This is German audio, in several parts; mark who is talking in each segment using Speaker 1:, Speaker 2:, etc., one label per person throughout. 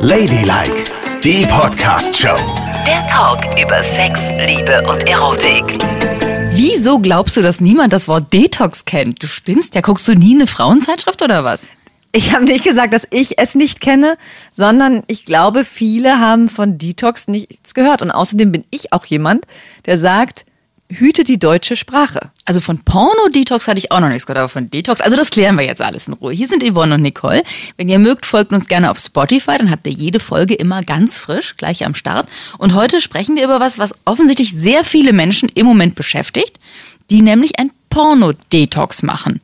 Speaker 1: Ladylike, die Podcast-Show.
Speaker 2: Der Talk über Sex, Liebe und Erotik.
Speaker 3: Wieso glaubst du, dass niemand das Wort Detox kennt? Du spinnst ja. Guckst du nie eine Frauenzeitschrift oder was?
Speaker 4: Ich habe nicht gesagt, dass ich es nicht kenne, sondern ich glaube, viele haben von Detox nichts gehört. Und außerdem bin ich auch jemand, der sagt, hüte die deutsche Sprache.
Speaker 3: Also von Porno-Detox hatte ich auch noch nichts gehört, aber von Detox, also das klären wir jetzt alles in Ruhe. Hier sind Yvonne und Nicole. Wenn ihr mögt, folgt uns gerne auf Spotify, dann habt ihr jede Folge immer ganz frisch, gleich am Start. Und heute sprechen wir über was, was offensichtlich sehr viele Menschen im Moment beschäftigt, die nämlich ein Porno-Detox machen.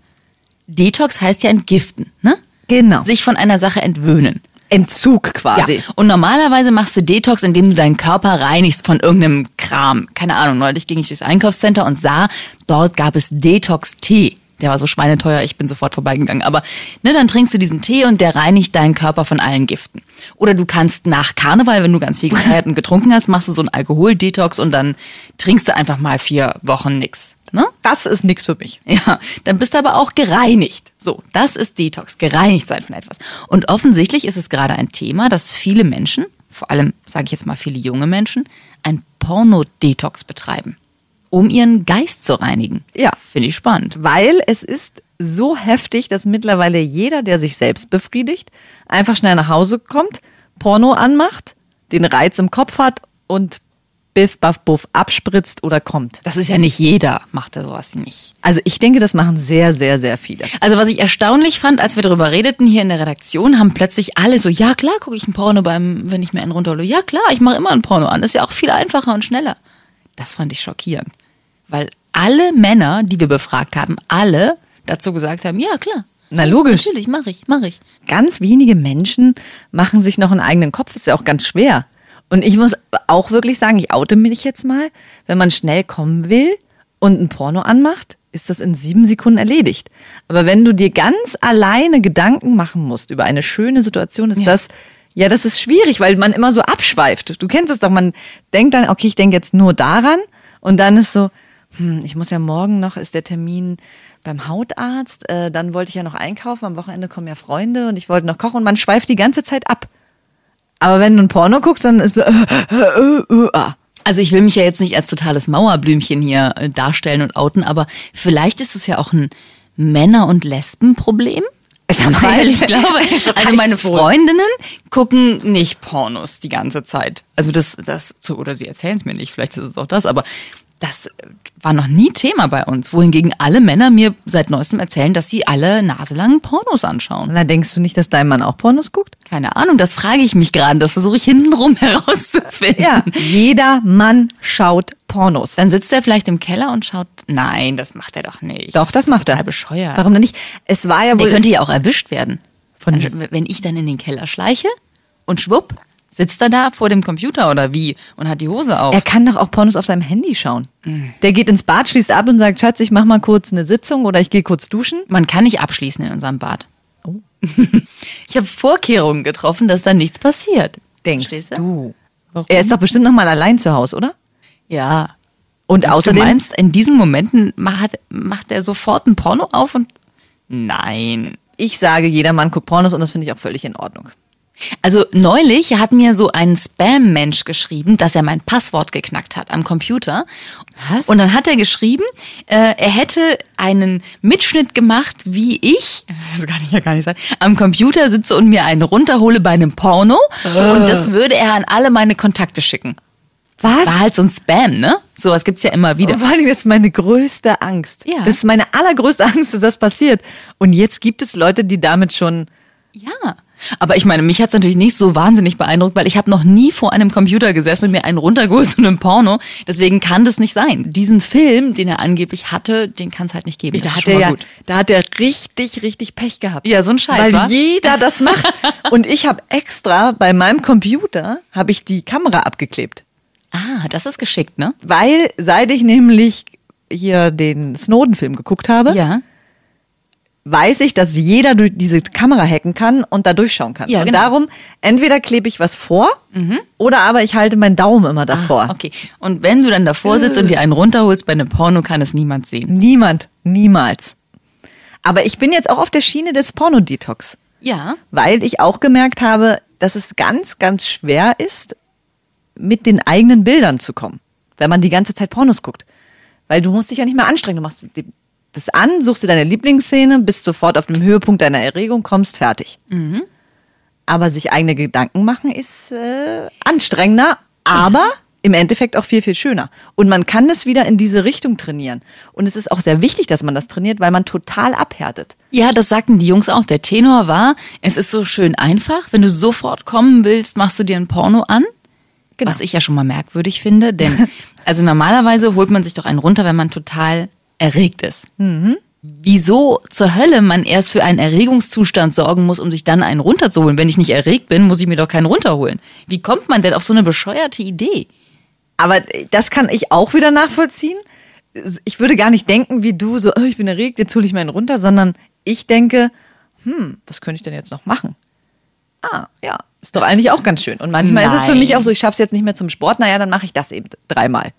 Speaker 3: Detox heißt ja entgiften, ne?
Speaker 4: Genau.
Speaker 3: Sich von einer Sache entwöhnen.
Speaker 4: Entzug quasi.
Speaker 3: Ja. Und normalerweise machst du Detox, indem du deinen Körper reinigst von irgendeinem Kram. Keine Ahnung, neulich ging ich durchs Einkaufscenter und sah, dort gab es Detox-Tee. Der war so schweineteuer, ich bin sofort vorbeigegangen. Aber ne, dann trinkst du diesen Tee und der reinigt deinen Körper von allen Giften. Oder du kannst nach Karneval, wenn du ganz viel Freiheiten getrunken hast, machst du so einen Alkohol-Detox und dann trinkst du einfach mal vier Wochen nix. Ne?
Speaker 4: Das ist nichts für mich.
Speaker 3: Ja, dann bist du aber auch gereinigt. So, das ist Detox, gereinigt sein von etwas. Und offensichtlich ist es gerade ein Thema, dass viele Menschen, vor allem sage ich jetzt mal viele junge Menschen, ein Porno-Detox betreiben, um ihren Geist zu reinigen.
Speaker 4: Ja.
Speaker 3: Finde ich spannend.
Speaker 4: Weil es ist so heftig, dass mittlerweile jeder, der sich selbst befriedigt, einfach schnell nach Hause kommt, Porno anmacht, den Reiz im Kopf hat und biff, baff, buff abspritzt oder kommt.
Speaker 3: Das ist ja nicht jeder, macht er sowas nicht.
Speaker 4: Also ich denke, das machen sehr, sehr, sehr viele.
Speaker 3: Also was ich erstaunlich fand, als wir darüber redeten hier in der Redaktion, haben plötzlich alle so, ja klar, gucke ich ein Porno beim, wenn ich mir einen runterhole. Ja klar, ich mache immer ein Porno an. Ist ja auch viel einfacher und schneller. Das fand ich schockierend. Weil alle Männer, die wir befragt haben, alle dazu gesagt haben, ja klar.
Speaker 4: Na logisch.
Speaker 3: Natürlich, mache ich, mache ich.
Speaker 4: Ganz wenige Menschen machen sich noch einen eigenen Kopf. Ist ja auch ganz schwer. Und ich muss auch wirklich sagen, ich oute mich jetzt mal, wenn man schnell kommen will und ein Porno anmacht, ist das in sieben Sekunden erledigt. Aber wenn du dir ganz alleine Gedanken machen musst über eine schöne Situation, ist
Speaker 3: Ja.
Speaker 4: das ja, das ist schwierig, weil man immer so abschweift. Du kennst es doch, man denkt dann, okay, ich denke jetzt nur daran und dann ist so, hm, ich muss ja morgen noch, ist der Termin beim Hautarzt, äh, dann wollte ich ja noch einkaufen, am Wochenende kommen ja Freunde und ich wollte noch kochen und man schweift die ganze Zeit ab. Aber wenn du ein Porno guckst, dann ist so, äh, äh, äh, äh, ah.
Speaker 3: Also ich will mich ja jetzt nicht als totales Mauerblümchen hier äh, darstellen und outen, aber vielleicht ist es ja auch ein Männer- und Lesbenproblem.
Speaker 4: Es reicht.
Speaker 3: Weil ich glaube,
Speaker 4: Es reicht
Speaker 3: also meine
Speaker 4: wohl.
Speaker 3: Freundinnen gucken nicht Pornos die ganze Zeit. Also das, das, zu- oder sie erzählen es mir nicht, vielleicht ist es auch das, aber das äh, war noch nie Thema bei uns. Wohingegen alle Männer mir seit neuestem erzählen, dass sie alle naselang Pornos anschauen.
Speaker 4: Na, denkst du nicht, dass dein Mann auch Pornos guckt?
Speaker 3: Keine Ahnung, das frage ich mich gerade. Das versuche ich hintenrum herauszufinden.
Speaker 4: Ja, jeder Mann schaut Pornos.
Speaker 3: Dann sitzt er vielleicht im Keller und schaut, nein, das macht er doch nicht.
Speaker 4: Doch, das
Speaker 3: ist
Speaker 4: macht er.
Speaker 3: Total bescheuert.
Speaker 4: Warum denn nicht? Es war ja
Speaker 3: Der
Speaker 4: wohl.
Speaker 3: könnte ja auch erwischt werden.
Speaker 4: Von-
Speaker 3: Dann, wenn ich dann in den Keller schleiche und schwupp, sitzt er da vor dem Computer oder wie und hat die Hose auf.
Speaker 4: er kann doch auch Pornos auf seinem Handy schauen.
Speaker 3: Mhm.
Speaker 4: Der geht ins Bad, schließt ab und sagt, Schatz, ich mach mal kurz eine Sitzung oder ich gehe kurz duschen.
Speaker 3: Man kann nicht abschließen in unserem Bad.
Speaker 4: Oh.
Speaker 3: ich habe Vorkehrungen getroffen, dass da nichts passiert.
Speaker 4: Denkst
Speaker 3: Verstehst
Speaker 4: du?
Speaker 3: du? Warum?
Speaker 4: Er ist doch bestimmt noch mal allein zu Hause, oder?
Speaker 3: ja.
Speaker 4: Und außerdem,
Speaker 3: du meinst, in diesen Momenten macht, macht er sofort ein Porno auf und nein.
Speaker 4: ich sage, jeder Mann guckt Pornos und das finde ich auch völlig in Ordnung.
Speaker 3: Also neulich hat mir so ein Spam-Mensch geschrieben, dass er mein Passwort geknackt hat am Computer.
Speaker 4: Was?
Speaker 3: Und dann hat er geschrieben, äh, er hätte einen Mitschnitt gemacht, wie ich, das kann ich ja gar nicht sein, am Computer sitze und mir einen runterhole bei einem Porno. Und das würde er an alle meine Kontakte schicken.
Speaker 4: Was?
Speaker 3: War halt so ein Spam, ne? Sowas gibt's ja immer wieder.
Speaker 4: Vor allem, das ist meine größte Angst.
Speaker 3: Ja.
Speaker 4: Das ist meine allergrößte Angst, dass das passiert. Und jetzt gibt es Leute, die damit schon.
Speaker 3: Ja. Aber ich meine, mich hat's natürlich nicht so wahnsinnig beeindruckt, weil ich habe noch nie vor einem Computer gesessen und mir einen runtergeholt zu einem Porno. Deswegen kann das nicht sein. Diesen Film, den er angeblich hatte, den kann's halt nicht geben. Das ist schon
Speaker 4: er
Speaker 3: mal
Speaker 4: ja,
Speaker 3: gut.
Speaker 4: da hat er richtig, richtig Pech gehabt.
Speaker 3: Ja, so ein Scheiß,
Speaker 4: Weil
Speaker 3: wa?
Speaker 4: jeder das macht. Und ich habe extra bei meinem Computer habe ich die Kamera abgeklebt,
Speaker 3: Ah, das ist geschickt, ne?
Speaker 4: weil seit ich nämlich hier den Snowden-Film geguckt habe,
Speaker 3: Ja.
Speaker 4: weiß ich, dass jeder durch diese Kamera hacken kann und da durchschauen kann.
Speaker 3: Ja,
Speaker 4: und
Speaker 3: genau. Mhm.
Speaker 4: darum entweder klebe ich was vor oder aber ich halte meinen Daumen immer davor.
Speaker 3: Ah, Okay. Und wenn du dann davor sitzt
Speaker 4: Äh.
Speaker 3: und dir einen runterholst bei einem Porno, kann es niemand sehen.
Speaker 4: Niemand, niemals. Aber ich bin jetzt auch auf der Schiene des Pornodetox,
Speaker 3: Ja.
Speaker 4: weil ich auch gemerkt habe, dass es ganz, ganz schwer ist, mit den eigenen Bildern zu kommen, wenn man die ganze Zeit Pornos guckt. Weil du musst dich ja nicht mehr anstrengen. Du machst die- das an, suchst dir deine Lieblingsszene, bist sofort auf dem Höhepunkt deiner Erregung, kommst fertig. Aber sich eigene Gedanken machen ist äh, anstrengender, aber im Endeffekt auch viel, viel schöner. Und man kann es wieder in diese Richtung trainieren. Und es ist auch sehr wichtig, dass man das trainiert, weil man total abhärtet.
Speaker 3: Ja, das sagten die Jungs auch. Der Tenor war, es ist so schön einfach. Wenn du sofort kommen willst, machst du dir ein Porno an.
Speaker 4: Genau.
Speaker 3: Was ich ja schon mal merkwürdig finde, denn also normalerweise holt man sich doch einen runter, wenn man total erregt ist. Wieso zur Hölle man erst für einen Erregungszustand sorgen muss, um sich dann einen runterzuholen? Wenn ich nicht erregt bin, muss ich mir doch keinen runterholen. Wie kommt man denn auf so eine bescheuerte Idee?
Speaker 4: Aber das kann ich auch wieder nachvollziehen. Ich würde gar nicht denken, wie du, so, oh, ich bin erregt, jetzt hole ich meinen runter, sondern ich denke, hm, was könnte ich denn jetzt noch machen? Ah, ja, ist doch eigentlich auch ganz schön. Und manchmal ist es für
Speaker 3: Nein.
Speaker 4: mich auch so, ich schaff's jetzt nicht mehr zum Sport, naja, dann mache ich das eben dreimal.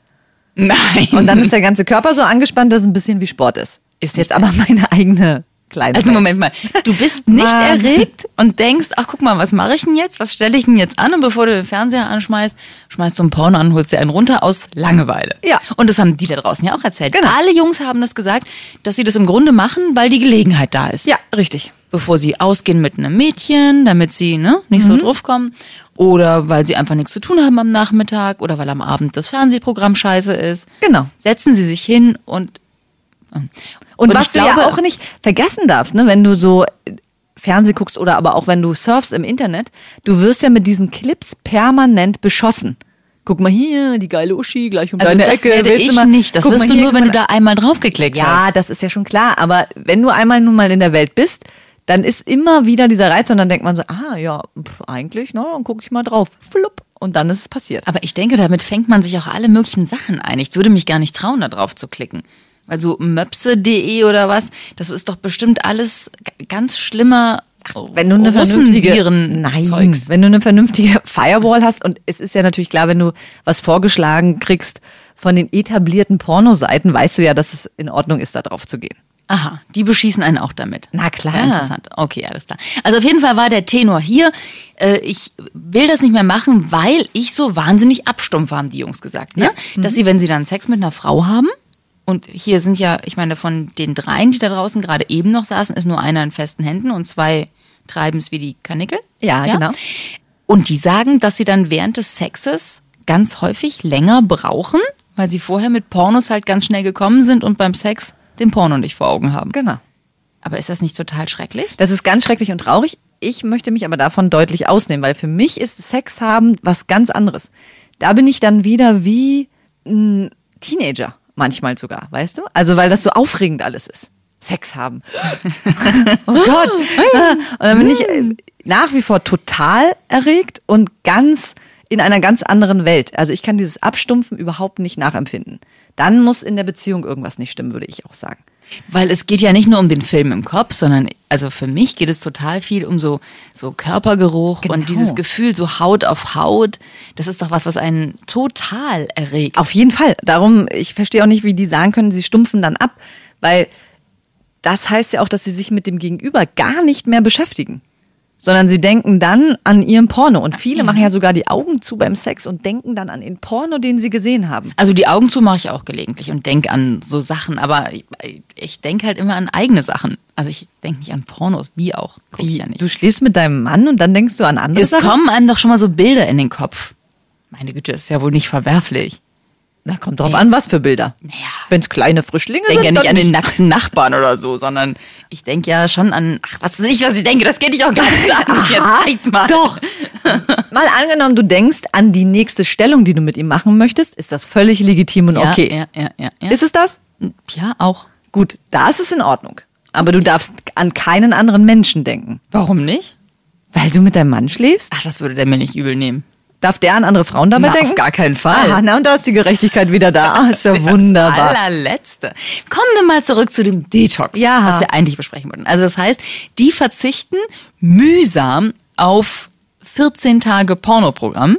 Speaker 3: Nein.
Speaker 4: Und dann ist der ganze Körper so angespannt, dass es ein bisschen wie Sport ist. Ist jetzt aber meine eigene kleine.
Speaker 3: Also
Speaker 4: Welt.
Speaker 3: Moment mal, du bist nicht
Speaker 4: Mann.
Speaker 3: erregt und denkst, ach guck mal, was mache ich denn jetzt? Was stelle ich denn jetzt an? Und bevor du den Fernseher anschmeißt, schmeißt du einen Porno an, holst dir einen runter aus Langeweile.
Speaker 4: Ja.
Speaker 3: Und das haben die da draußen ja auch erzählt.
Speaker 4: Genau.
Speaker 3: Alle Jungs haben das gesagt, dass sie das im Grunde machen, weil die Gelegenheit da ist.
Speaker 4: Ja, richtig.
Speaker 3: Bevor sie ausgehen mit einem Mädchen, damit sie ne, nicht
Speaker 4: Mhm.
Speaker 3: so drauf kommen. Oder weil sie einfach nichts zu tun haben am Nachmittag oder weil am Abend das Fernsehprogramm scheiße ist.
Speaker 4: Genau.
Speaker 3: Setzen sie sich hin und.
Speaker 4: Und,
Speaker 3: ich
Speaker 4: was du ja
Speaker 3: glaube-
Speaker 4: auch nicht vergessen darfst, ne, wenn du so äh, Fernseh guckst oder aber auch wenn du surfst im Internet, du wirst ja mit diesen Clips permanent beschossen. Guck mal hier, die geile Uschi, gleich um
Speaker 3: Also
Speaker 4: deine
Speaker 3: das
Speaker 4: Ecke.
Speaker 3: werde
Speaker 4: willst
Speaker 3: ich
Speaker 4: du mal-
Speaker 3: nicht. Das
Speaker 4: guck mal
Speaker 3: wirst du
Speaker 4: hier,
Speaker 3: nur,
Speaker 4: guck
Speaker 3: wenn du
Speaker 4: mal
Speaker 3: da einmal draufgeklickt
Speaker 4: Ja,
Speaker 3: hast.
Speaker 4: das ist ja schon klar. Aber wenn du einmal nun mal in der Welt bist, dann ist immer wieder dieser Reiz und dann denkt man so, ah ja, pf, eigentlich, ne, dann gucke ich mal drauf. Flupp. Und dann ist es passiert.
Speaker 3: Aber ich denke, damit fängt man sich auch alle möglichen Sachen ein. Ich würde mich gar nicht trauen, da drauf zu klicken. Weil so möpse.de oder was, das ist doch bestimmt alles g- ganz schlimmer.
Speaker 4: wenn du eine vernünftige
Speaker 3: Nein.
Speaker 4: Nein, wenn du eine vernünftige Firewall hast und es ist ja natürlich klar, wenn du was vorgeschlagen kriegst von den etablierten Pornoseiten, weißt du ja, dass es in Ordnung ist, da drauf zu gehen.
Speaker 3: Aha, die beschießen einen auch damit.
Speaker 4: Na klar.
Speaker 3: Sehr interessant. Okay, alles klar. Also auf jeden Fall war der Tenor hier. Äh, ich will das nicht mehr machen, weil ich so wahnsinnig abstumpfe, haben die Jungs gesagt. Ne? Dass
Speaker 4: Mhm.
Speaker 3: sie, wenn sie dann Sex mit einer Frau haben, und hier sind ja, ich meine, von den dreien, die da draußen gerade eben noch saßen, ist nur einer in festen Händen und zwei treiben es wie die Kanickel.
Speaker 4: Ja, genau.
Speaker 3: Und die sagen, dass sie dann während des Sexes ganz häufig länger brauchen, weil sie vorher mit Pornos halt ganz schnell gekommen sind und beim Sex den Porno nicht vor Augen haben.
Speaker 4: Genau.
Speaker 3: Aber ist das nicht total schrecklich?
Speaker 4: Das ist ganz schrecklich und traurig. Ich möchte mich aber davon deutlich ausnehmen, weil für mich ist Sex haben was ganz anderes. Da bin ich dann wieder wie ein Teenager, manchmal sogar, weißt du? Also weil das so aufregend alles ist. Sex haben. oh Gott. Und dann bin ich äh, nach wie vor total erregt und ganz in einer ganz anderen Welt. Also ich kann dieses Abstumpfen überhaupt nicht nachempfinden. Dann muss in der Beziehung irgendwas nicht stimmen, würde ich auch sagen.
Speaker 3: Weil es geht ja nicht nur um den Film im Kopf, sondern also für mich geht es total viel um so, so Körpergeruch
Speaker 4: Genau.
Speaker 3: und dieses Gefühl, so Haut auf Haut. Das ist doch was, was einen total erregt.
Speaker 4: Auf jeden Fall. Darum, ich verstehe auch nicht, wie die sagen können, sie stumpfen dann ab, weil das heißt ja auch, dass sie sich mit dem Gegenüber gar nicht mehr beschäftigen, sondern sie denken dann an ihren Porno. Und viele machen ja sogar die Augen zu beim Sex und denken dann an den Porno, den sie gesehen haben.
Speaker 3: Also die Augen zu mache ich auch gelegentlich und denke an so Sachen, aber ich, ich denke halt immer an eigene Sachen. Also ich denke nicht an Pornos, wie auch. Guck ich ja nicht.
Speaker 4: Du schläfst mit deinem Mann und dann denkst du an andere
Speaker 3: Es
Speaker 4: Sachen?
Speaker 3: kommen einem doch schon mal so Bilder in den Kopf. Meine Güte, ist ja wohl nicht verwerflich.
Speaker 4: Na, kommt drauf an, was für Bilder.
Speaker 3: Naja.
Speaker 4: Wenn es kleine Frischlinge
Speaker 3: Ich
Speaker 4: sind,
Speaker 3: denke ja nicht
Speaker 4: dann
Speaker 3: an den nackten Nachbarn oder so, sondern ich denke ja schon an, ach, was weiß ich, was ich denke, das geht dich auch gar nicht an. Jetzt reicht's mal.
Speaker 4: Doch. Mal angenommen, du denkst an die nächste Stellung, die du mit ihm machen möchtest, ist das völlig legitim und
Speaker 3: Ja,
Speaker 4: okay.
Speaker 3: Ja, ja, ja, ja.
Speaker 4: Ist es das?
Speaker 3: ja, auch.
Speaker 4: Gut, da ist es in Ordnung. Aber du darfst an keinen anderen Menschen denken.
Speaker 3: Warum nicht?
Speaker 4: Weil du mit deinem Mann schläfst?
Speaker 3: Ach, das würde der mir nicht übel nehmen.
Speaker 4: Darf der an andere Frauen dabei
Speaker 3: Na, auf
Speaker 4: denken?
Speaker 3: gar keinen Fall.
Speaker 4: Aha, na und da ist die Gerechtigkeit wieder da. Ah, ist ja
Speaker 3: Das
Speaker 4: wunderbar.
Speaker 3: Allerletzte. Kommen wir mal zurück zu dem Detox,
Speaker 4: Ja.
Speaker 3: was wir eigentlich besprechen wollten. Also das heißt, die verzichten mühsam auf 14 Tage Pornoprogramm.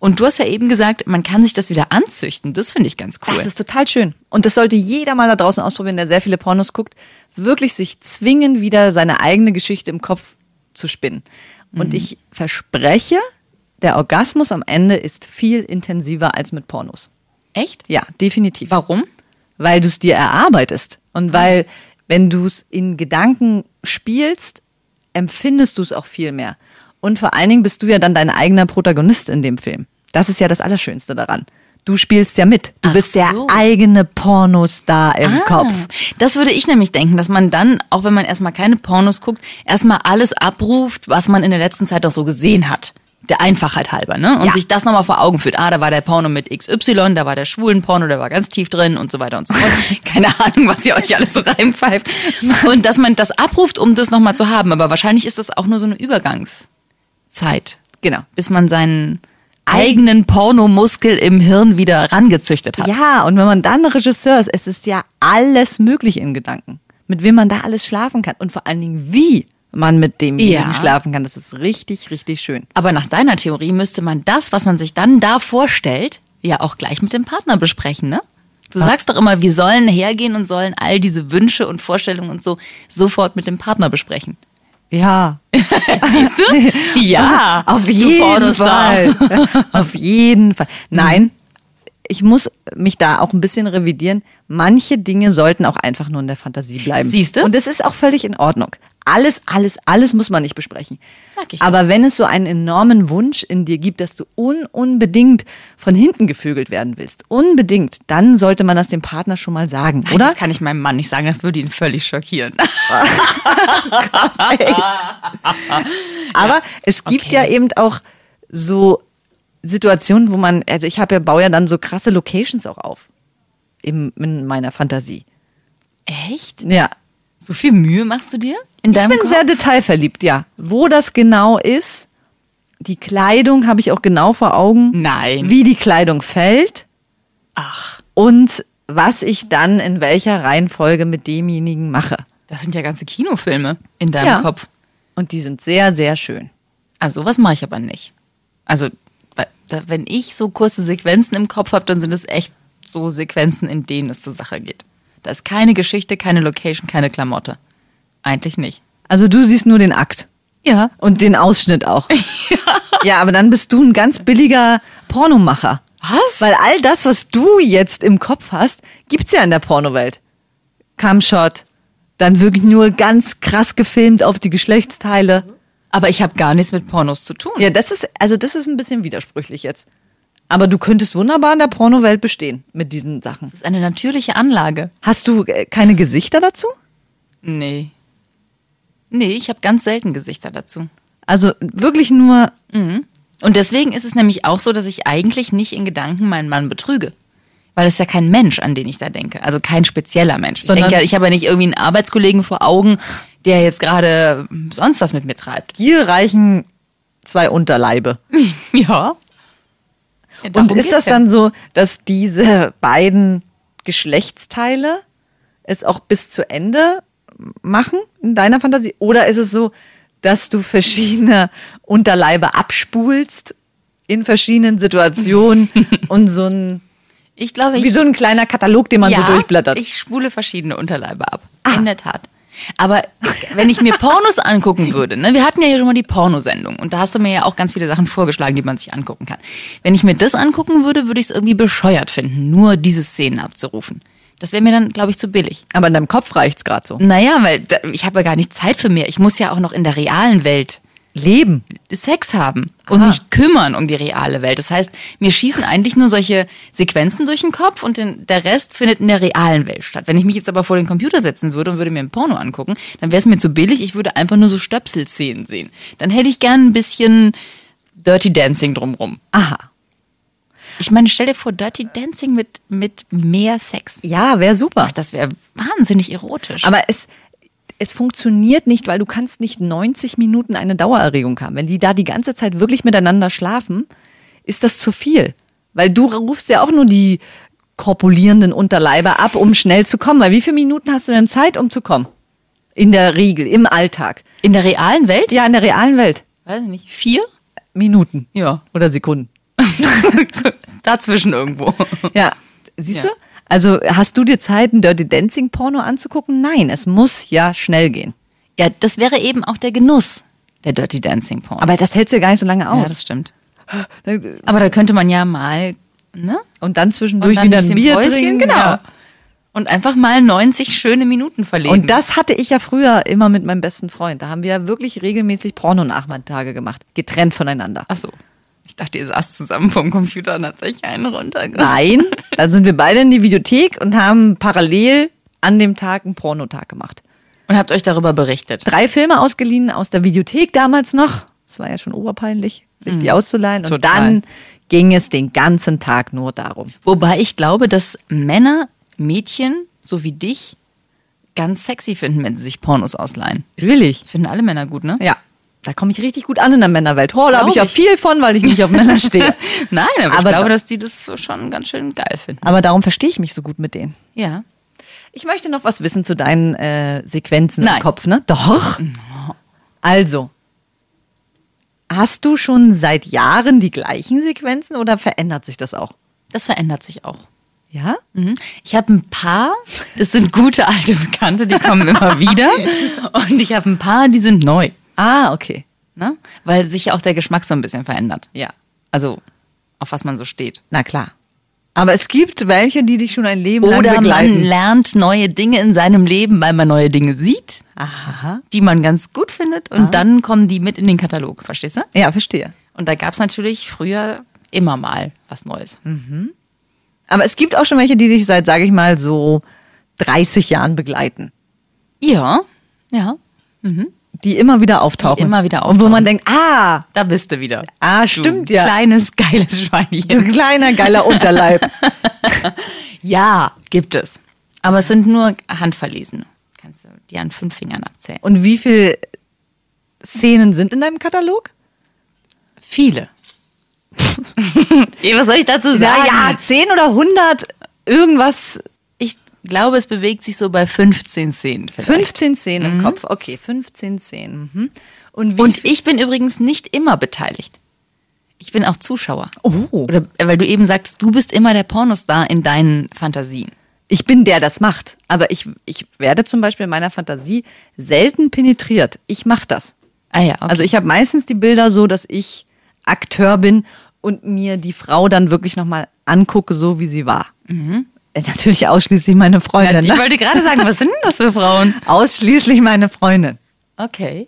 Speaker 3: Und du hast ja eben gesagt, man kann sich das wieder anzüchten. Das finde ich ganz cool.
Speaker 4: Das ist total schön. Und das sollte jeder mal da draußen ausprobieren, der sehr viele Pornos guckt. Wirklich sich zwingen, wieder seine eigene Geschichte im Kopf zu spinnen.
Speaker 3: Mhm.
Speaker 4: Und ich verspreche, der Orgasmus am Ende ist viel intensiver als mit Pornos.
Speaker 3: Echt?
Speaker 4: Ja, definitiv.
Speaker 3: Warum?
Speaker 4: Weil du es dir erarbeitest und weil, wenn du es in Gedanken spielst, empfindest du es auch viel mehr. Und vor allen Dingen bist du ja dann dein eigener Protagonist in dem Film. Das ist ja das Allerschönste daran. Du spielst ja mit. Du
Speaker 3: Ach
Speaker 4: bist
Speaker 3: so.
Speaker 4: der eigene Pornostar im
Speaker 3: Ah,
Speaker 4: Kopf.
Speaker 3: Das würde ich nämlich denken, dass man dann, auch wenn man erstmal keine Pornos guckt, erstmal alles abruft, was man in der letzten Zeit doch so gesehen hat. Der Einfachheit halber, ne? Und
Speaker 4: Ja.
Speaker 3: sich das nochmal vor Augen führt. Ah, da war der Porno mit XY, da war der schwulen Porno, der war ganz tief drin und so weiter und so fort. Keine Ahnung, was ihr euch alles so reinpfeift. Und dass man das abruft, um das nochmal zu haben. Aber wahrscheinlich ist das auch nur so eine Übergangszeit.
Speaker 4: Genau.
Speaker 3: Bis man seinen eigenen Pornomuskel im Hirn wieder rangezüchtet hat.
Speaker 4: Ja, und wenn man dann Regisseur ist, es ist ja alles möglich in Gedanken. Mit wem man da alles schlafen kann und vor allen Dingen, wie man mit demjenigen
Speaker 3: Ja.
Speaker 4: schlafen kann. Das ist richtig, richtig schön.
Speaker 3: Aber nach deiner Theorie müsste man das, was man sich dann da vorstellt, ja auch gleich mit dem Partner besprechen, ne? Du sagst doch immer, wir sollen hergehen und sollen all diese Wünsche und Vorstellungen und so sofort mit dem Partner besprechen.
Speaker 4: Ja.
Speaker 3: Siehst du? Ja.
Speaker 4: Auf
Speaker 3: du
Speaker 4: jeden
Speaker 3: Pornostar.
Speaker 4: Fall. Auf jeden Fall.
Speaker 3: Mhm.
Speaker 4: Nein, ich muss mich da auch ein bisschen revidieren. Manche Dinge sollten auch einfach nur in der Fantasie bleiben.
Speaker 3: Siehste?
Speaker 4: Und das ist auch völlig in Ordnung. Alles, alles, alles muss man nicht besprechen.
Speaker 3: Sag ich doch.
Speaker 4: Aber wenn es so einen enormen Wunsch in dir gibt, dass du un unbedingt von hinten gevögelt werden willst, unbedingt, dann sollte man das dem Partner schon mal sagen,
Speaker 3: Nein,
Speaker 4: oder?
Speaker 3: das kann ich meinem Mann nicht sagen, das würde ihn völlig schockieren.
Speaker 4: Aber es gibt
Speaker 3: Okay.
Speaker 4: ja eben auch so Situationen, wo man, also ich habe ja, baue ja dann so krasse Locations auch auf. Im, in meiner Fantasie.
Speaker 3: Echt?
Speaker 4: Ja.
Speaker 3: So viel Mühe machst du dir in
Speaker 4: Ich
Speaker 3: deinem
Speaker 4: bin
Speaker 3: Kopf?
Speaker 4: sehr detailverliebt, ja. Wo das genau ist, die Kleidung habe ich auch genau vor Augen.
Speaker 3: Nein.
Speaker 4: Wie die Kleidung fällt
Speaker 3: Ach,
Speaker 4: und was ich dann in welcher Reihenfolge mit demjenigen mache.
Speaker 3: das sind ja ganze Kinofilme in deinem
Speaker 4: Ja.
Speaker 3: Kopf.
Speaker 4: Und die sind sehr, sehr schön.
Speaker 3: Also sowas mache ich aber nicht. Also bei- da- wenn ich so kurze Sequenzen im Kopf habe, dann sind es echt so Sequenzen, in denen es zur Sache geht. Da ist keine Geschichte, keine Location, keine Klamotte. Eigentlich nicht.
Speaker 4: Also du siehst nur den Akt.
Speaker 3: Ja.
Speaker 4: Und den Ausschnitt auch. ja, aber dann bist du ein ganz billiger Pornomacher.
Speaker 3: Was?
Speaker 4: Weil all das, was du jetzt im Kopf hast, gibt's ja in der Pornowelt. Camshot, dann wirklich nur ganz krass gefilmt auf die Geschlechtsteile.
Speaker 3: Aber ich habe gar nichts mit Pornos zu tun.
Speaker 4: Ja, das ist also das ist ein bisschen widersprüchlich jetzt. Aber du könntest wunderbar in der Pornowelt bestehen mit diesen Sachen.
Speaker 3: Das ist eine natürliche Anlage.
Speaker 4: Hast du äh, keine Gesichter dazu?
Speaker 3: Nee. Nee, ich habe ganz selten Gesichter dazu.
Speaker 4: Also wirklich nur
Speaker 3: Und deswegen ist es nämlich auch so, dass ich eigentlich nicht in Gedanken meinen Mann betrüge. Weil es ist ja kein Mensch, an den ich da denke. Also kein spezieller Mensch.
Speaker 4: Sondern-
Speaker 3: ich denke ja, ich habe ja nicht irgendwie einen Arbeitskollegen vor Augen, der jetzt gerade sonst was mit mir treibt.
Speaker 4: dir reichen zwei Unterleibe.
Speaker 3: Ja. darum
Speaker 4: Und
Speaker 3: geht's
Speaker 4: ist das
Speaker 3: ja.
Speaker 4: dann so, dass diese beiden Geschlechtsteile es auch bis zu Ende machen in deiner Fantasie? Oder ist es so, dass du verschiedene Unterleibe abspulst in verschiedenen Situationen und so ein,
Speaker 3: Ich glaube, ich
Speaker 4: wie so ein kleiner Katalog, den man
Speaker 3: ja,
Speaker 4: so durchblättert? Ah.
Speaker 3: Ich spule verschiedene Unterleibe ab. In der Tat. Aber wenn ich mir Pornos angucken würde, ne, wir hatten ja hier schon mal die Pornosendung und da hast du mir ja auch ganz viele Sachen vorgeschlagen, die man sich angucken kann. Wenn ich mir das angucken würde, würde ich es irgendwie bescheuert finden, nur diese Szenen abzurufen. Das wäre mir dann, glaube ich, zu billig.
Speaker 4: Aber in deinem Kopf reicht's gerade so.
Speaker 3: Naja, weil da, ich habe ja gar nicht Zeit für mehr. Ich muss ja auch noch in der realen Welt
Speaker 4: Leben.
Speaker 3: Sex haben und
Speaker 4: Ah.
Speaker 3: mich kümmern um die reale Welt. Das heißt, mir schießen eigentlich nur solche Sequenzen durch den Kopf und den, der Rest findet in der realen Welt statt. Wenn ich mich jetzt aber vor den Computer setzen würde und würde mir ein Porno angucken, dann wäre es mir zu billig. Ich würde einfach nur so Stöpselszenen sehen. Dann hätte ich gern ein bisschen Dirty Dancing drumrum.
Speaker 4: Aha.
Speaker 3: Ich meine, stell dir vor, Dirty Dancing mit, mit mehr Sex.
Speaker 4: Ja, wäre super.
Speaker 3: Das wäre wahnsinnig erotisch.
Speaker 4: Aber es, es funktioniert nicht, weil du kannst nicht 90 Minuten eine Dauererregung haben. Wenn die da die ganze Zeit wirklich miteinander schlafen, ist das zu viel. Weil du rufst ja auch nur die korpulierenden Unterleiber ab, um schnell zu kommen. Weil wie viele Minuten hast du denn Zeit, um zu kommen? In der Regel, im Alltag.
Speaker 3: in der realen Welt?
Speaker 4: Ja, in der realen Welt.
Speaker 3: Weiß ich nicht. Vier?
Speaker 4: Minuten.
Speaker 3: Ja.
Speaker 4: Oder Sekunden.
Speaker 3: Dazwischen irgendwo.
Speaker 4: Ja. Siehst
Speaker 3: Ja.
Speaker 4: du? Also hast du dir Zeit, ein Dirty Dancing Porno anzugucken? Nein, es muss ja schnell gehen.
Speaker 3: Ja, das wäre eben auch der Genuss. Der Dirty Dancing Porn.
Speaker 4: Aber das hältst du ja gar nicht so lange
Speaker 3: ja,
Speaker 4: aus.
Speaker 3: das stimmt. Aber da könnte man ja mal, ne?
Speaker 4: und dann zwischendurch
Speaker 3: dann
Speaker 4: wieder ein
Speaker 3: bisschen
Speaker 4: Bier
Speaker 3: Päuschen,
Speaker 4: trinken.
Speaker 3: Genau.
Speaker 4: Ja.
Speaker 3: Und einfach mal 90 schöne Minuten verlegen.
Speaker 4: Und das hatte ich ja früher immer mit meinem besten Freund. Da haben wir wirklich regelmäßig Porno-Nachmittage gemacht, getrennt voneinander.
Speaker 3: Ach so. Ich dachte, ihr saßt zusammen vom Computer und habt euch einen runtergenommen.
Speaker 4: Nein, dann sind wir beide in die Videothek und haben parallel an dem Tag einen Pornotag gemacht.
Speaker 3: Und habt euch darüber berichtet.
Speaker 4: Drei Filme ausgeliehen aus der Videothek damals noch. Das war ja schon oberpeinlich, sich die auszuleihen. Und
Speaker 3: Mhm. Total.
Speaker 4: dann ging es den ganzen Tag nur darum.
Speaker 3: Wobei ich glaube, dass Männer, Mädchen, so wie dich, ganz sexy finden, wenn sie sich Pornos ausleihen.
Speaker 4: Natürlich.
Speaker 3: Das finden alle Männer gut, ne?
Speaker 4: Ja. Da komme ich richtig gut an in der Männerwelt. Oh, da
Speaker 3: glaub
Speaker 4: habe ich ja
Speaker 3: ich.
Speaker 4: viel von, weil ich nicht auf Männer stehe.
Speaker 3: Nein, aber, ich
Speaker 4: Aber
Speaker 3: glaube,
Speaker 4: da-
Speaker 3: dass die das schon ganz schön geil finden.
Speaker 4: Aber darum verstehe ich mich so gut mit denen.
Speaker 3: Ja.
Speaker 4: Ich möchte noch was wissen zu deinen äh, Sequenzen
Speaker 3: Nein. Mhm.
Speaker 4: im Kopf, ne? Doch. Also, hast du schon seit Jahren die gleichen Sequenzen oder verändert sich das auch?
Speaker 3: Das verändert sich auch.
Speaker 4: Ja?
Speaker 3: Mhm. Ich habe ein paar, das sind gute alte Bekannte, die kommen immer wieder. Und ich habe ein paar, die sind neu.
Speaker 4: Ah, okay.
Speaker 3: Ne? Weil sich ja auch der Geschmack so ein bisschen verändert.
Speaker 4: Ja.
Speaker 3: Also, auf was man so steht.
Speaker 4: Na klar. Aber es gibt welche, die dich schon ein Leben lang
Speaker 3: Oder man
Speaker 4: begleiten.
Speaker 3: lernt neue Dinge in seinem Leben, weil man neue Dinge sieht,
Speaker 4: Aha. Ah.
Speaker 3: die man ganz gut findet. Und dann kommen die mit in den Katalog, verstehst du?
Speaker 4: Ja, verstehe.
Speaker 3: Und da gab es natürlich früher immer mal was Neues.
Speaker 4: Hm. Aber es gibt auch schon welche, die dich seit, sage ich mal, so 30 Jahren begleiten,
Speaker 3: Ja, ja,
Speaker 4: die immer wieder auftauchen.
Speaker 3: immer wieder
Speaker 4: Und wo
Speaker 3: auftauchen.
Speaker 4: man denkt, ah,
Speaker 3: da bist du wieder.
Speaker 4: ah,
Speaker 3: Du
Speaker 4: stimmt ja.
Speaker 3: Kleines, geiles
Speaker 4: Du
Speaker 3: Schweinchen.
Speaker 4: kleiner, geiler Unterleib.
Speaker 3: Ja, gibt es. Aber es sind nur Handverlesene. Kannst du die an fünf Fingern abzählen.
Speaker 4: Und wie viele Szenen sind in deinem Katalog?
Speaker 3: Viele. Ey, Was soll ich dazu sagen?
Speaker 4: ja, 10 oder 100, irgendwas.
Speaker 3: Ich glaube, es bewegt sich so bei 15 Szenen. vielleicht.
Speaker 4: 15 Szenen im Kopf. Okay, 15 Szenen. Mhm. Und wie.
Speaker 3: Und ich bin übrigens nicht immer beteiligt. Ich bin auch Zuschauer.
Speaker 4: oh,
Speaker 3: Oder, äh, weil du eben sagst, du bist immer der Pornostar in deinen Fantasien.
Speaker 4: ich bin der, das macht. Aber ich, ich werde zum Beispiel in meiner Fantasie selten penetriert. Ich mache das.
Speaker 3: Ah ja, okay.
Speaker 4: Also ich habe meistens die Bilder so, dass ich Akteur bin und mir die Frau dann wirklich nochmal angucke, so wie sie war. Äh, Natürlich ausschließlich meine Freundin.
Speaker 3: ich
Speaker 4: ne?
Speaker 3: wollte gerade sagen, was sind denn das für Frauen?
Speaker 4: Ausschließlich meine Freundin.
Speaker 3: Okay.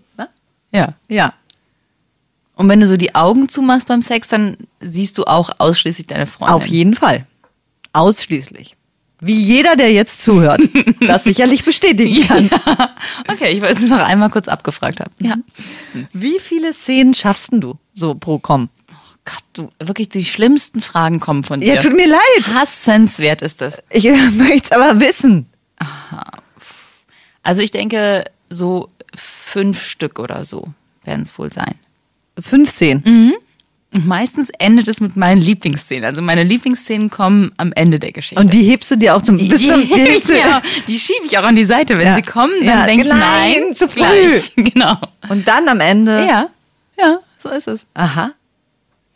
Speaker 3: Ja.
Speaker 4: Ja.
Speaker 3: Und wenn du so die Augen zumachst beim Sex, dann siehst du auch ausschließlich deine Freundin.
Speaker 4: Auf jeden Fall. Ausschließlich. Wie jeder, der jetzt zuhört, das sicherlich bestätigen kann.
Speaker 3: Okay, ich wollte es noch einmal kurz abgefragt haben. Ja.
Speaker 4: Wie viele Szenen schaffst denn du so pro Com?
Speaker 3: Oh Gott, du, wirklich die schlimmsten Fragen kommen von dir.
Speaker 4: Ja, tut mir leid.
Speaker 3: Hassenswert ist das.
Speaker 4: Ich möchte es aber wissen.
Speaker 3: Also ich denke, so fünf Stück oder so werden es wohl sein.
Speaker 4: 15.
Speaker 3: Und meistens endet es mit meinen Lieblingsszenen. Also meine Lieblingsszenen kommen am Ende der Geschichte.
Speaker 4: Und die hebst du dir auch zum
Speaker 3: die,
Speaker 4: bis
Speaker 3: die,
Speaker 4: zum
Speaker 3: hebe ich mir auch- die schiebe ich auch an die Seite. Wenn
Speaker 4: Ja.
Speaker 3: sie kommen, dann
Speaker 4: Ja,
Speaker 3: denke ich,
Speaker 4: nein,
Speaker 3: nein,
Speaker 4: zu früh.
Speaker 3: gleich. Genau.
Speaker 4: Und dann am Ende.
Speaker 3: Ja, ja, so ist es.
Speaker 4: Aha.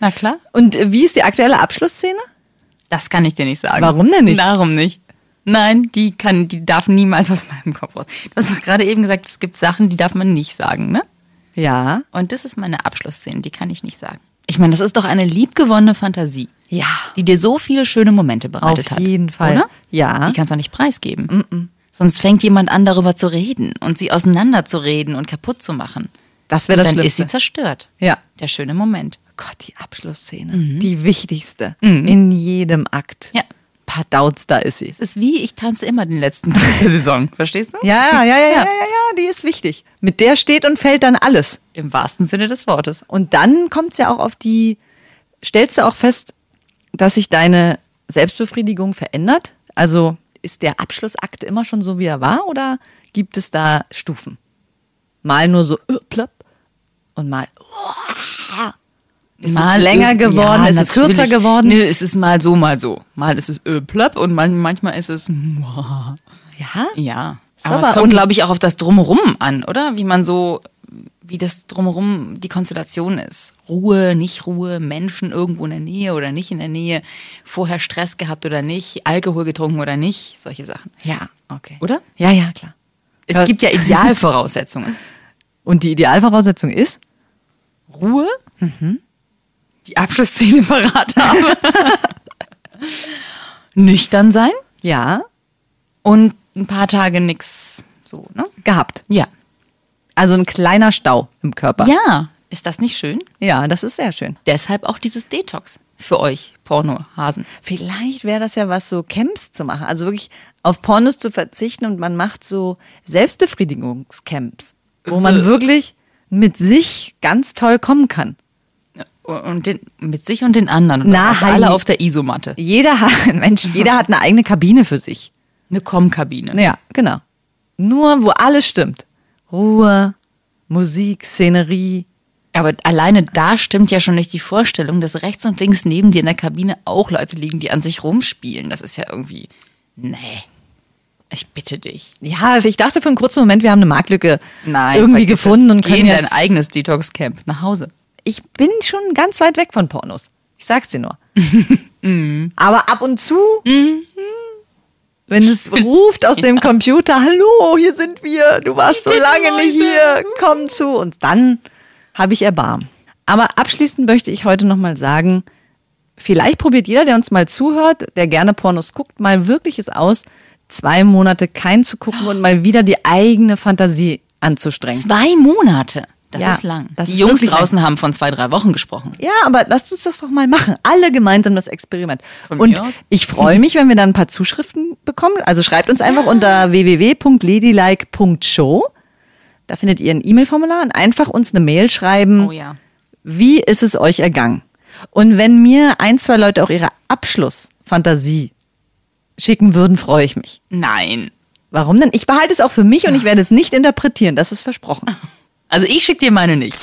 Speaker 3: Na klar.
Speaker 4: Und äh, wie ist die aktuelle Abschlussszene?
Speaker 3: Das kann ich dir nicht sagen.
Speaker 4: Warum denn nicht?
Speaker 3: Darum nicht. Nein, die kann, die darf niemals aus meinem Kopf raus. Du hast doch gerade eben gesagt, es gibt Sachen, die darf man nicht sagen, ne?
Speaker 4: Ja.
Speaker 3: Und das ist meine Abschlussszene, die kann ich nicht sagen. Ich meine, das ist doch eine liebgewonnene Fantasie.
Speaker 4: Ja.
Speaker 3: Die dir so viele schöne Momente bereitet
Speaker 4: Auf
Speaker 3: hat.
Speaker 4: jeden Fall.
Speaker 3: Oder?
Speaker 4: Ja.
Speaker 3: Die kannst du auch nicht preisgeben. Sonst fängt jemand an, darüber zu reden und sie auseinanderzureden und kaputt zu machen.
Speaker 4: Das wäre
Speaker 3: Und
Speaker 4: das
Speaker 3: dann
Speaker 4: Schlimmste.
Speaker 3: ist Oh sie zerstört.
Speaker 4: Ja.
Speaker 3: Der schöne Moment.
Speaker 4: Gott, die Abschlussszene. Die wichtigste. In jedem Akt.
Speaker 3: Ja.
Speaker 4: Pardauz, da ist sie.
Speaker 3: Es ist wie, ich tanze immer den letzten Tag der Saison. Verstehst du?
Speaker 4: Ja, ja, ja, ja, ja, ja, die ist wichtig. Mit der steht und fällt dann alles.
Speaker 3: Im wahrsten Sinne des Wortes.
Speaker 4: Und dann kommt es ja auch auf die, stellst du auch fest, dass sich deine Selbstbefriedigung verändert? Also ist der Abschlussakt immer schon so, wie er war oder gibt es da Stufen? Mal nur so äh, plopp und mal. Ist es länger
Speaker 3: Ja,
Speaker 4: geworden? ist es
Speaker 3: natürlich.
Speaker 4: kürzer geworden?
Speaker 3: Nö, es ist mal so, mal so. Mal ist es äh, plöpp und man, manchmal ist es mua.
Speaker 4: äh, Ja?
Speaker 3: ja.
Speaker 4: Mhm. Ist
Speaker 3: Aber,
Speaker 4: aber
Speaker 3: es kommt,
Speaker 4: un-
Speaker 3: glaube ich, auch auf das Drumherum an, oder? Wie man so, wie das Drumherum die Konstellation ist. Ruhe, nicht Ruhe, Menschen irgendwo in der Nähe oder nicht in der Nähe, vorher Stress gehabt oder nicht, Alkohol getrunken oder nicht, solche Sachen.
Speaker 4: Ja, okay.
Speaker 3: Oder?
Speaker 4: Ja, ja, klar.
Speaker 3: Es
Speaker 4: Ja.
Speaker 3: gibt ja Idealvoraussetzungen.
Speaker 4: Und die Idealvoraussetzung ist?
Speaker 3: Ruhe, Mhm. die Abschlussszene parat habe, nüchtern sein
Speaker 4: Ja,
Speaker 3: und ein paar Tage nix so, ne?
Speaker 4: gehabt.
Speaker 3: Ja.
Speaker 4: Also ein kleiner Stau im Körper.
Speaker 3: Ja, ist das nicht schön?
Speaker 4: ja das ist sehr schön.
Speaker 3: Deshalb auch dieses Detox für euch Pornohasen.
Speaker 4: Vielleicht wäre das ja was, so Camps zu machen. Also wirklich auf Pornos zu verzichten und man macht so Selbstbefriedigungscamps, wo
Speaker 3: Äh.
Speaker 4: man wirklich mit sich ganz toll kommen kann.
Speaker 3: Und den, mit sich und den anderen. Und
Speaker 4: Na,
Speaker 3: das
Speaker 4: Heini.
Speaker 3: alle auf der Isomatte.
Speaker 4: Jeder hat, Mensch, jeder hat eine eigene Kabine für sich.
Speaker 3: Eine Com-Kabine.
Speaker 4: Ja, genau. Nur, wo alles stimmt. Ruhe, Musik, Szenerie.
Speaker 3: Aber alleine da stimmt ja schon nicht die Vorstellung, dass rechts und links neben dir in der Kabine auch Leute liegen, die an sich rumspielen. Das ist ja irgendwie. Nee. Ich bitte dich.
Speaker 4: Ja, ich dachte für einen kurzen Moment, wir haben eine Marktlücke
Speaker 3: Nein.
Speaker 4: irgendwie
Speaker 3: vergiss
Speaker 4: gefunden
Speaker 3: es.
Speaker 4: und
Speaker 3: Geh
Speaker 4: können
Speaker 3: in dein
Speaker 4: jetzt...
Speaker 3: eigenes Detox-Camp nach Hause.
Speaker 4: Ich bin schon ganz weit weg von Pornos. Ich sag's dir nur. Mhm. Aber ab und zu, wenn es ruft aus dem Computer, hallo, hier sind wir, du warst so lange nicht hier, komm zu uns, dann habe ich Erbarm. Aber abschließend möchte ich heute nochmal sagen, vielleicht probiert jeder, der uns mal zuhört, der gerne Pornos guckt, mal wirklich es aus, zwei Monate kein zu gucken und mal wieder die eigene Fantasie anzustrengen.
Speaker 3: Zwei Monate. Das
Speaker 4: Ja,
Speaker 3: ist lang.
Speaker 4: das
Speaker 3: die
Speaker 4: ist
Speaker 3: Jungs
Speaker 4: wirklich lang.
Speaker 3: draußen haben von zwei, drei Wochen gesprochen.
Speaker 4: Ja, aber lasst uns das doch mal machen. Alle gemeinsam das Experiment.
Speaker 3: Von
Speaker 4: und
Speaker 3: mir aus.
Speaker 4: ich freue mich, wenn wir dann ein paar Zuschriften bekommen. Also schreibt uns einfach unter www.ladylike.show. Da findet ihr ein E-Mail-Formular und einfach uns eine Mail schreiben.
Speaker 3: Oh ja.
Speaker 4: Wie ist es euch ergangen? Und wenn mir ein, zwei Leute auch ihre Abschlussfantasie schicken würden, freue ich mich.
Speaker 3: Nein.
Speaker 4: Warum denn? Ich behalte es auch für mich und ich werde es nicht interpretieren. Das ist versprochen.
Speaker 3: Also ich schicke dir meine nicht.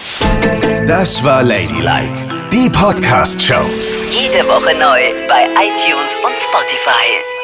Speaker 1: Das war Ladylike, die Podcast-Show.
Speaker 2: Jede Woche neu bei iTunes und Spotify.